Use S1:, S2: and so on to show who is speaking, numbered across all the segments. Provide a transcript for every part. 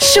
S1: 是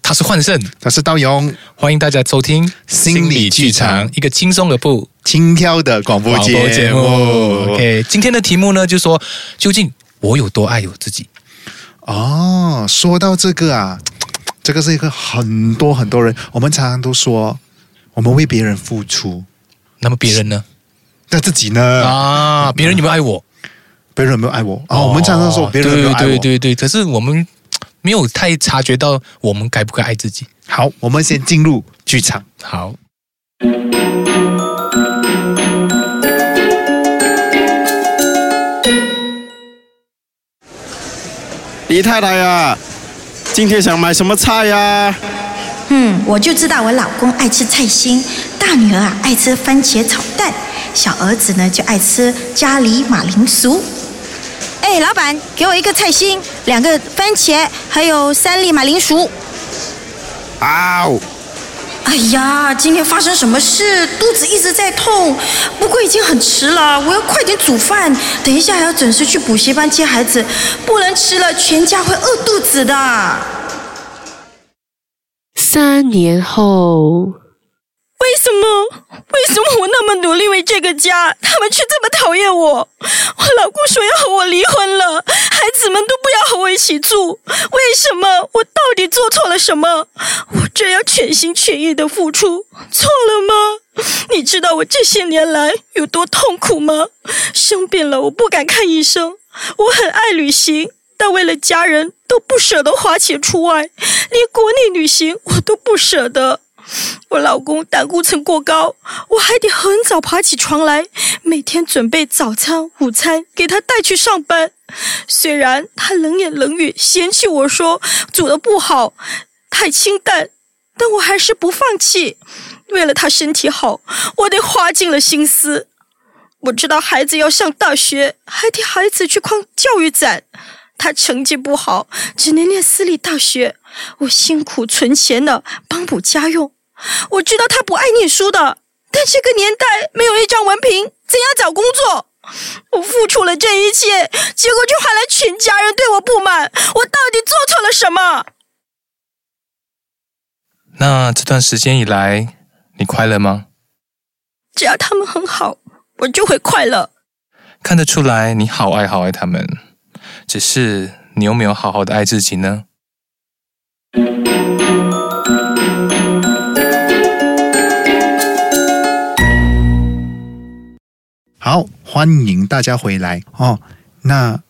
S2: 他是幻胜，
S3: 他是道勇，
S2: 欢迎大家收听
S3: 心理剧场
S2: 一个轻松的不
S3: 轻佻的广播
S2: 广
S3: 节
S2: 播
S3: 目。
S2: 节目。OK，今天的题目呢，就说究竟我有多爱我自己？
S3: 哦，说到这个啊，这个是一个很多很多人，我们常常都说，我们为别人付出，
S2: 那么别人呢？
S3: 但自己呢，
S2: 啊，别人有没有爱我？
S3: 别人有没有爱我？啊、我们常常说别人有没有爱我。
S2: 对对对对，可是我们没有太察觉到我们该不该爱自己。
S3: 好，我们先进入剧场。
S2: 好，
S4: 李太太呀，今天想买什么菜呀？
S5: 嗯，我就知道我老公爱吃菜心，大女儿啊爱吃番茄炒蛋，小儿子呢就爱吃咖喱马铃薯。哎，老板，给我一个菜心，两个番茄，还有三粒马铃薯。
S4: 啊、哦，
S5: 哎呀，今天发生什么事？肚子一直在痛，不过已经很迟了，我要快点煮饭，等一下还要准时去补习班接孩子，不能吃了，全家会饿肚子的。
S6: 三年后，
S5: 为什么？为什么我那么努力为这个家，他们却这么讨厌我？我老公说要和我离婚了，孩子们都不要和我一起住，为什么？我到底做错了什么？我这样全心全意的付出，错了吗？你知道我这些年来有多痛苦吗？生病了我不敢看医生，我很爱旅行，但为了家人都不舍得花钱出外，连国内旅行我都不舍得。我老公胆固醇过高，我还得很早爬起床来，每天准备早餐、午餐给他带去上班。虽然他冷言冷语嫌弃我说煮的不好，太清淡，但我还是不放弃。为了他身体好，我得花尽了心思。我知道孩子要上大学，还替孩子去逛教育展。他成绩不好，只能念私立大学。我辛苦存钱的，帮补家用。我知道他不爱念书的，但这个年代没有一张文凭，怎样找工作？我付出了这一切，结果却换来全家人对我不满。我到底做错了什么？
S2: 那这段时间以来，你快乐吗？
S5: 只要他们很好，我就会快乐。
S2: 看得出来，你好爱好爱他们，只是你有没有好好的爱自己呢？
S3: 好，欢迎大家回来哦。那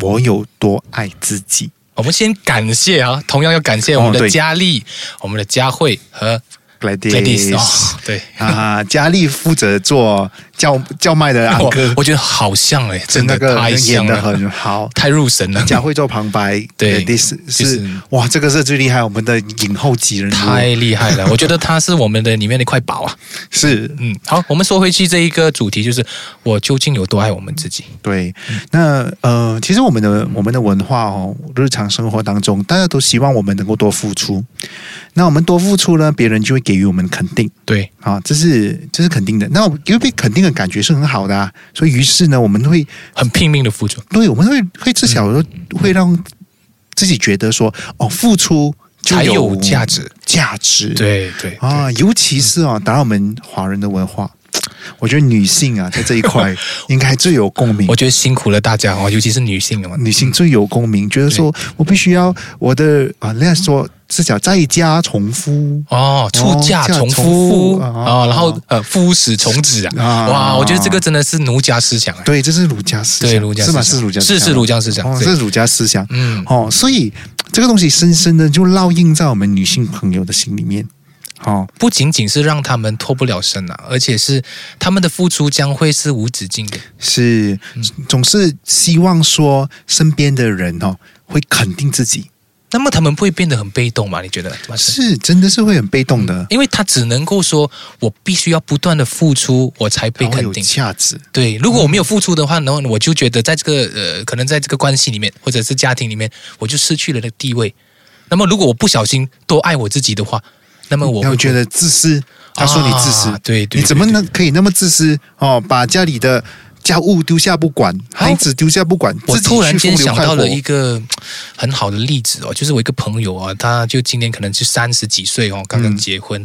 S3: 我有多爱自己？
S2: 我们先感谢啊，同样要感谢我们
S3: 哦
S2: 的
S3: 对
S2: 佳丽、我们的佳慧和
S3: Gladys，,
S2: Gladys 哦，对。
S3: 啊，佳丽负责做叫叫卖的阿
S2: 我
S3: 哥，
S2: 我觉得好像哎、真的
S3: 那个
S2: 太
S3: 人
S2: 像
S3: 演的
S2: 了，
S3: 很 好。
S2: 太入神了，
S3: 佳慧做旁白，
S2: 对
S3: t h
S2: 就是
S3: 是、哇，这个是最厉害，我们的影后级人物
S2: 太厉害 了。我觉得他是我们的里面的一块宝啊。
S3: 是
S2: 嗯，好，我们说回去这一个主题，就是我究竟有多爱我们自己？
S3: 对。那呃，其实我们的我们的文化哦，日常生活当中，大家都希望我们能够多付出。那我们多付出呢，别人就会给予我们肯定
S2: 对，
S3: 啊，这是这是肯定的。那我们因为被肯定的感觉是很好的、啊，所以于是呢，我们会
S2: 很拼命的付出。
S3: 对，我们会会至少说
S2: 嗯
S3: 会让自己觉得说，哦，付出就
S2: 才有价值，
S3: 价值
S2: 对对嗯
S3: 啊，尤其是哦，打扰我们华人的文化，我觉得女性啊，在这 一块应该最有共鸣
S2: 我。觉得辛苦了大家哦，尤其是女性的嘛。
S3: 女性最有共鸣，觉得说我必须要我的啊，那样说至少在家从夫
S2: 哦，出嫁
S3: 嫁
S2: 从
S3: 从
S2: 夫
S3: 夫
S2: 啊、
S3: 啊
S2: 哦，然后呃，夫死从子啊，
S3: 啊
S2: 哇，我觉得这个真的是儒家思想哎、
S3: 对，这是儒家思想，
S2: 对儒家
S3: 是吗？
S2: 思想
S3: 是儒家思
S2: 是
S3: 想，
S2: 是儒家思想
S3: 哦，
S2: 对
S3: 这是儒家思想。
S2: 嗯
S3: 哦，所以这个东西深深的就烙印在我们女性朋友的心里面。哦，
S2: 不仅仅是让他们脱不了身啊，而且是他们的付出将会是无止境的。嗯
S3: 是总是希望说身边的人哦会肯定自己，
S2: 那么他们不会变得很被动吗？你觉得？马斯
S3: 是真的是会很被动的，
S2: 因为他只能够说，我必须要不断的付出，我才被
S3: 然后
S2: 肯
S3: 有
S2: 定。
S3: 价值。
S2: 对，如果我没有付出的话，然后我就觉得在这个呃，可能在这个关系里面，或者是家庭里面，我就失去了那个地位。那么，如果我不小心多爱我自己的话，那么我
S3: 然后
S2: 会
S3: 觉得自私，他说你自私，
S2: 啊对对
S3: 你怎么能可以那么自私哦？把家里的家务丢下不管，
S2: 好
S3: 孩子丢下不管，
S2: 我
S3: 自己
S2: 突然间
S3: 去风流
S2: 想
S3: 快
S2: 到
S3: 活
S2: 了一个很好的例子哦，就是我一个朋友啊，他就今年可能就三十几岁哦，刚
S3: 嗯
S2: 刚结婚，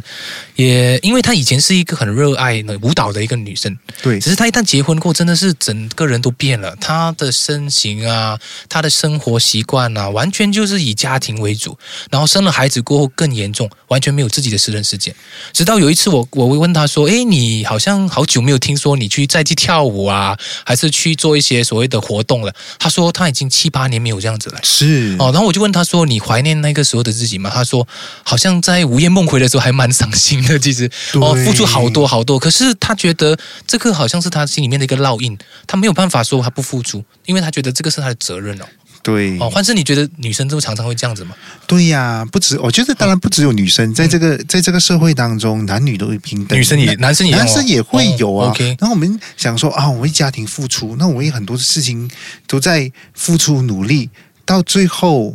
S2: 也因为她以前是一个很热爱那舞蹈的一个女生，
S3: 对
S2: 只是她一旦结婚过，真的是整个人都变了，她的身形啊，她的生活习惯啊，完全就是以家庭为主，然后生了孩子过后更严重，完全没有自己的私人时间。直到有一次我，我会问他说：“诶，你好像好久没有听说你去再去跳舞啊，还是去做一些所谓的活动了？”他说他已经七八年没有这样子了。
S3: 是
S2: 哦，然后我就问他说：“你怀念那个时候的自己吗？”他说：“好像在午夜梦回的时候还蛮伤心的，其实哦，
S3: 对
S2: 付出好多好多，可是他觉得这个好像是他心里面的一个烙印，他没有办法说他不付出，因为他觉得这个是他的责任哦。
S3: 对
S2: 哦，换成你觉得女生就常常会这样子吗？
S3: 对呀、不止，我觉得当然不只有女生，在这个在这个社会当中，男女都平
S2: 嗯
S3: 等，
S2: 女生也男生也一样
S3: 男
S2: 哦
S3: 生也会有啊。
S2: 哦，OK
S3: 然后我们想说啊，我为家庭付出，那我为很多事情都在付出努力，到最后，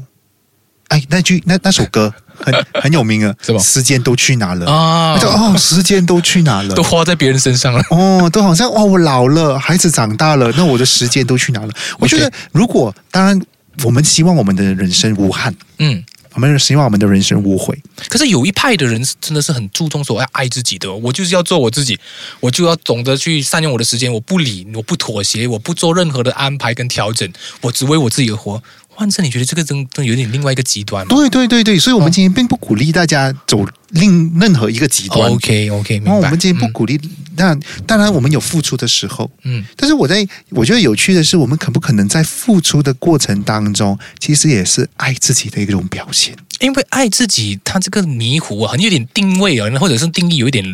S3: 哎，那句那那首歌很很有名啊，
S2: 是吧
S3: 时间都去哪了？
S2: 啊
S3: 我， 就哦，时间都去哪了
S2: 都？花在别人身上了。
S3: 哦，都好像哦，我老了，孩子长大了，那我的时间都 去哪了？我觉得，如果当然，我们希望我们的人生无憾，
S2: 嗯，
S3: 我们希望我们的人生无悔。
S2: 可是有一派的人是真的是很注重说要爱自己的哦、我就是要做我自己，我就要懂得去善用我的时间，我不理，我不妥协，我不做任何的安排跟调整，我只为我自己而活。万圣，你觉得这个真真有点另外一个极 端吗
S3: 对对对对，所以我们今天并不鼓励大家走另任何一个极端。
S2: ？OK OK，明哦白。
S3: 然后我们今天不
S2: 嗯
S3: 鼓励，那、当然我们有付出的时候，
S2: 嗯
S3: 但是我在我觉得有趣的是，我们可不可能在付出的过程当中，其实也是爱自己的一种表现？
S2: 因为爱自己，它这个迷糊啊，很有点定位啊，或者是定义有一点，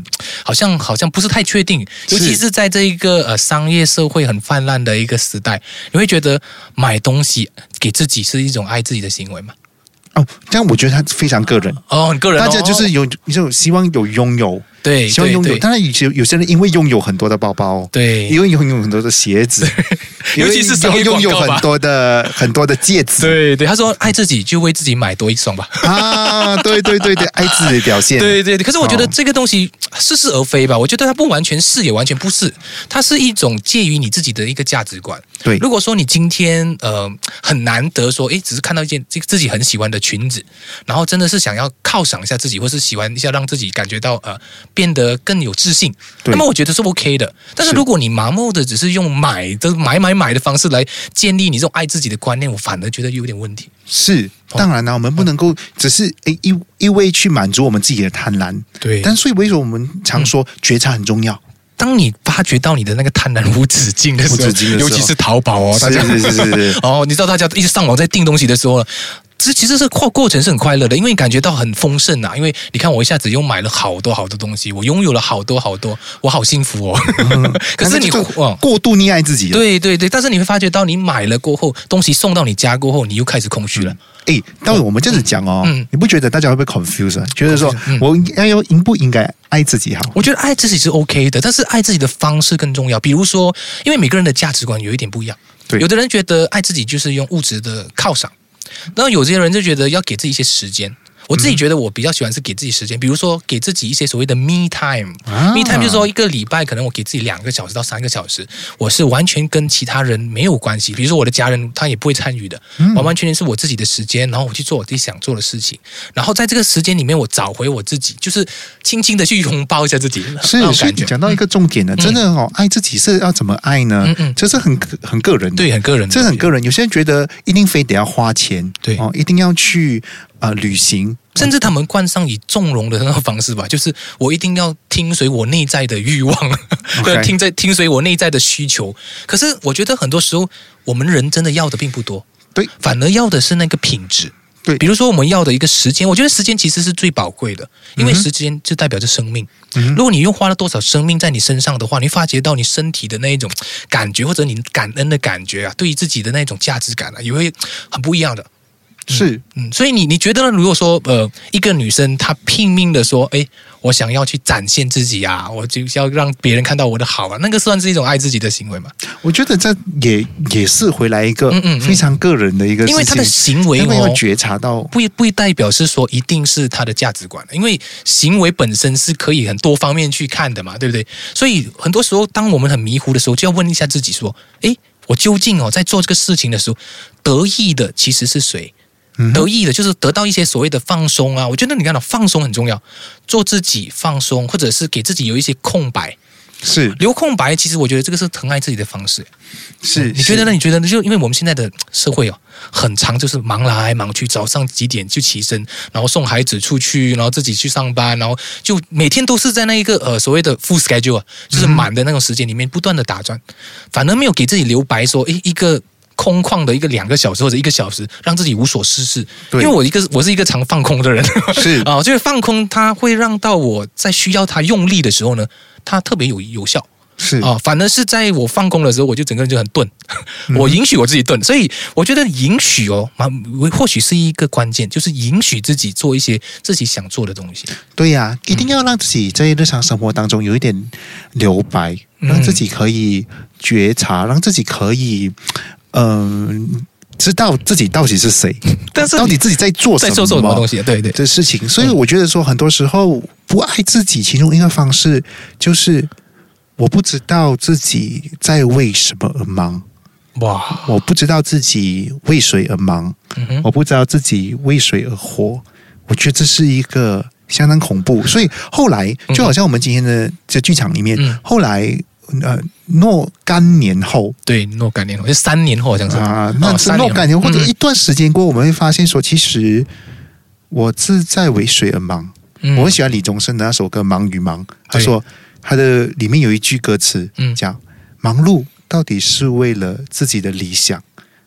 S2: 好像好像不是太确定。
S3: 是
S2: 尤其是在这一个呃商业社会很泛滥的一个时代，你会觉得买东西给自己是一种爱自己的行为吗？
S3: 哦，但我觉得它非常个人，
S2: 哦，很个人、哦，
S3: 大家就是有一种希望有拥有，
S2: 对，
S3: 希望
S2: 对
S3: 拥有。
S2: 对
S3: 当然有些有些人因为拥有很多的包包，
S2: 对
S3: 因为拥有很多的鞋子，因为
S2: 尤其是商业
S3: 拥
S2: 广告
S3: 有
S2: 吧
S3: 很多的很多的戒指，
S2: 对对，他说爱自己就为自己买多一双吧。
S3: 啊，对对对对，爱自己的表现，
S2: 对对对，可是我觉得
S3: 哦
S2: 这个东西似是而非吧，我觉得它不完全是，也完全不是，它是一种介于你自己的一个价值观。
S3: 对
S2: 如果说你今天呃很难得说，诶，只是看到一件自自己很喜欢的裙子，然后真的是想要犒赏一下自己，或是喜欢一下让自己感觉到呃变得更有自信，
S3: 对
S2: 那么我觉得是 OK 的。但是
S3: 是
S2: 如果你盲目的只是用买的买买买的方式来建立你这种爱自己的观念，我反而觉得有点问题。
S3: 是
S2: 哦
S3: 当然啦、我们不能够只是诶一一味去满足我们自己的贪婪。
S2: 对嗯但
S3: 但所以为什么我们常说觉察很重要？
S2: 当你发觉到你的那个贪婪无止境的时候，
S3: 无止境的时候
S2: 尤其是淘宝哦，大家
S3: 是是是是
S2: 哦，你知道大家一直上网在订东西的时候了。这其实是过过程是很快乐的，因为感觉到很丰盛啊！因为你看，我一下子又买了好多好多东西，我拥有了好多好多，我好幸福哦。 可是你
S3: 嗯但就
S2: 哦，
S3: 过度溺爱自己了。
S2: 对对对，但是你会发觉到，你买了过后，东西送到你家过后，你又开始空虚了。
S3: 诶，但我们这样子讲哦，
S2: 嗯
S3: 你不觉得大家会不会 confuse 啊？觉得说
S2: confuse，嗯
S3: 我应该要应不应该爱自己好？
S2: 我觉得爱自己是 OK 的，但是爱自己的方式更重要。比如说，因为每个人的价值观有一点不一样，
S3: 对
S2: 有的人觉得爱自己就是用物质的犒赏，然后有些人就觉得要给自己一些时间。我
S3: 嗯
S2: 自己觉得我比较喜欢是给自己时间，比如说给自己一些所谓的 me time。
S3: 啊
S2: me time 就是说一个礼拜可能我给自己两个小时到三个小时，我是完全跟其他人没有关系，比如说我的家人他也不会参与的，
S3: 嗯
S2: 完完全全是我自己的时间，然后我去做我自己想做的事情，然后在这个时间里面我找回我自己，就是轻轻的去拥抱一下自己，
S3: 是
S2: 那，种
S3: 所
S2: 感
S3: 以你
S2: 觉。
S3: 讲到一个重点呢，真的哦，爱自己是要怎么爱呢？
S2: 嗯嗯
S3: 这是很个很个人的，
S2: 对，很个人的，
S3: 这很个人。有些人觉得一定非得要花钱，
S2: 对
S3: 哦，一定要去啊、呃旅行，
S2: 甚至他们冠上以纵容的那种方式吧，就是我一定要听随我内在的欲望，
S3: OK
S2: 听在听随我内在的需求。可是我觉得很多时候，我们人真的要的并不多，
S3: 对，
S2: 反而要的是那个品质。
S3: 哦对
S2: 比如说我们要的一个时间，我觉得时间其实是最宝贵的，因为时间就代表着生命。如果你又花了多少生命在你身上的话，你会发觉到你身体的那一种感觉，或者你感恩的感觉啊，对于自己的那种价值感啊，也会很不一样的。
S3: 是
S2: 嗯，所以你你觉得，如果说呃，一个女生她拼命的说，哎，我想要去展现自己啊，我就是要让别人看到我的好啊，那个算是一种爱自己的行为嘛？
S3: 我觉得这也也是回来一个
S2: 嗯嗯嗯
S3: 非常个人的一个事情，
S2: 因为她的行为
S3: 他们要
S2: 哦，
S3: 觉察到，
S2: 不不代表是说一定是她的价值观，因为行为本身是可以很多方面去看的嘛，对不对？所以很多时候，当我们很迷糊的时候，就要问一下自己说，哎，我究竟哦在做这个事情的时候，得意的其实是谁？
S3: 嗯
S2: 得意的，就是得到一些所谓的放松啊。我觉得你看到放松很重要，做自己放松，或者是给自己有一些空白，
S3: 是
S2: 留空白。其实我觉得这个是疼爱自己的方式。
S3: 是，
S2: 你觉
S3: 是
S2: 得呢？你觉得呢？就因为我们现在的社会哦，很长就是忙来忙去，早上几点就起身，然后送孩子出去，然后自己去上班，然后就每天都是在那一个
S3: 嗯
S2: 呃所谓的 full schedule，啊就是满的那种时间里面不断的打转，反而没有给自己留白说，诶，一个。空旷的一个两个小时或者一个小时，让自己无所事事。因
S3: 对
S2: 为我一个我是一个常放空的 人，
S3: 是
S2: 啊，就是放空，它会让到我在需要它用力的时候呢，它特别有有效。
S3: 是
S2: 啊、反而是在我放空的时候，我就整个人就很钝，
S3: 嗯
S2: 我允许我自己钝，所以我觉得允许哦，蛮或许是一个关键，就是允许自己做一些自己想做的东西。
S3: 对呀、
S2: 嗯
S3: 一定要让自己在日常生活当中有一点留白，
S2: 嗯
S3: 让自己可以觉察，让自己可以，嗯、知道自己到底是谁，
S2: 但是
S3: 到底自己在做什
S2: 在
S3: 么
S2: 做做什么东西？嗯对对，
S3: 的事情。所以我觉得说，很多时候不爱自己，其中一个方式就是我不知道自己在为什么而忙，
S2: 哇，
S3: 我不知道自己为谁而忙，
S2: 嗯哼，
S3: 我不知道自己为谁而活。我觉得这是一个相当恐怖。所以后来
S2: 嗯
S3: 就好像我们今天的这剧场里面，
S2: 嗯
S3: 后来呃若干年后
S2: 对，若干年后，就三年后好像是
S3: 啊、
S2: 哦
S3: 那是
S2: 三
S3: 若
S2: 后
S3: 干年或者
S2: 嗯
S3: 一段时间过后，我们会发现说，其实我是在为谁而忙。
S2: 嗯
S3: 我很喜欢李宗盛的那首歌《忙与忙》，他
S2: 对
S3: 说他的里面有一句歌词，
S2: 嗯
S3: 讲忙碌到底是为了自己的理想，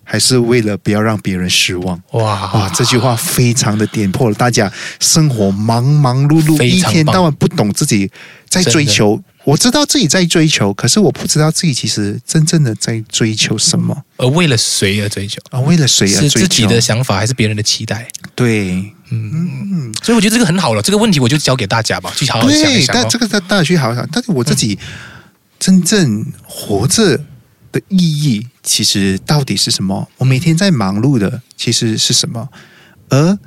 S3: 还是为了不要让别人失望？
S2: 嗯哇
S3: 哇，这句话非常的点破了大家生活忙忙碌碌，
S2: 非
S3: 一
S2: 常棒
S3: 天到晚不懂自己在追求。我知道自己在追求，可是我不知道自己其实真正的在追求什么
S2: 而为了谁而追求？
S3: 啊？为了谁而
S2: 是
S3: 追求？
S2: 自己的想法还是别人的期待？嗯
S3: 对，嗯
S2: 所以我觉得这个很好了，这个问题我就交给大家吧，去好好想一
S3: 对，
S2: 想、哦。嗯
S3: 但这个大大家去好好想。但是我自己真正活着的意义，其实到底是什么？我每天在忙碌的其实是什么？而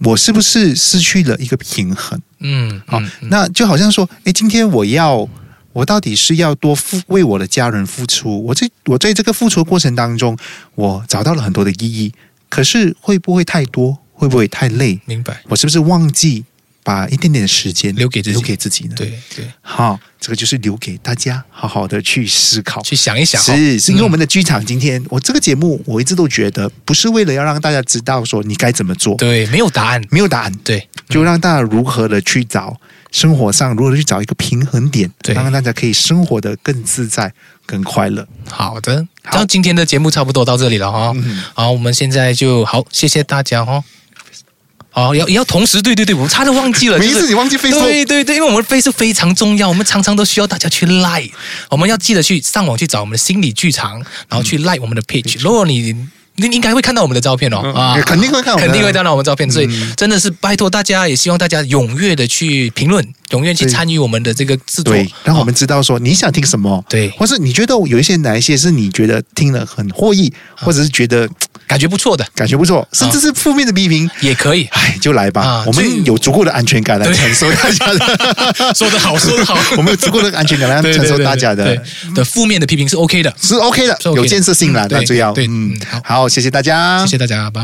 S3: 我是不是失去了一个平衡？
S2: 嗯，
S3: 好、
S2: 嗯嗯
S3: 那就好像说，诶，今天我要，我到底是要多付为我的家人付出？我这我在这个付出过程当中，我找到了很多的意义，可是会不会太多？会不会太累？
S2: 明白。
S3: 我是不是忘记把一点点的时间
S2: 留给自己
S3: 留给自己呢？，
S2: 对对，
S3: 好，这个就是留给大家好好的去思考。
S2: 去想一想、哦。
S3: 是，是因为
S2: 嗯
S3: 我们的剧场今天，我这个节目我一直都觉得不是为了要让大家知道说你该怎么做，
S2: 对没有答案。
S3: 没有答案，
S2: 对，
S3: 就让大家如何的去找生活上如何地去找一个平衡点，
S2: 对
S3: 让大家可以生活的更自在、更快乐。
S2: 好的，
S3: 好嗯
S2: 那今天的节目差不多到这里了哈、好，我们现在就好，谢谢大家哈、哦。好，要要同时，对对对，我差点忘 记了，
S3: 每一
S2: 就
S3: 次
S2: 是
S3: 你忘记 Facebook，
S2: 对对对，因为我们 Facebook 非常重要，我们常常都需要大家去 like，我们要记得去上网去找我们的心理剧场，然后去
S3: 嗯
S2: like 我们的 page。如果你你你应该会看到我们的照片哦，啊，
S3: 嗯肯定会看我们
S2: 肯
S3: 的嗯
S2: 定会看到我们的照片，所以真的是拜托大家，也希望大家踊跃的去评论，踊跃去
S3: 对
S2: 参与我们的这个制作哦
S3: 对，，让我们知道说你想听什么，
S2: 对
S3: 或是你觉得有一些哪一些是你觉得听了很获益，
S2: 啊
S3: 或者是觉得嘖
S2: 感觉不错的
S3: 感觉不错，甚至是负面的批评，
S2: 也可以。
S3: 哎，就来吧
S2: 啊，
S3: 我
S2: 最
S3: 们有足够的安全感来
S2: 对
S3: 承受大家 的，
S2: 说得好说得好
S3: 我们有足够的安全感来
S2: 对
S3: 承
S2: 对
S3: 受
S2: 对
S3: 大家
S2: 对
S3: 的。
S2: 对的负面的批评是 OK 的。
S3: 是 OK 的
S2: 是，OK 的
S3: 有建设性啦
S2: 嗯，对
S3: 那就要
S2: 对嗯好
S3: 好，谢谢大家，
S2: 谢谢大家，拜。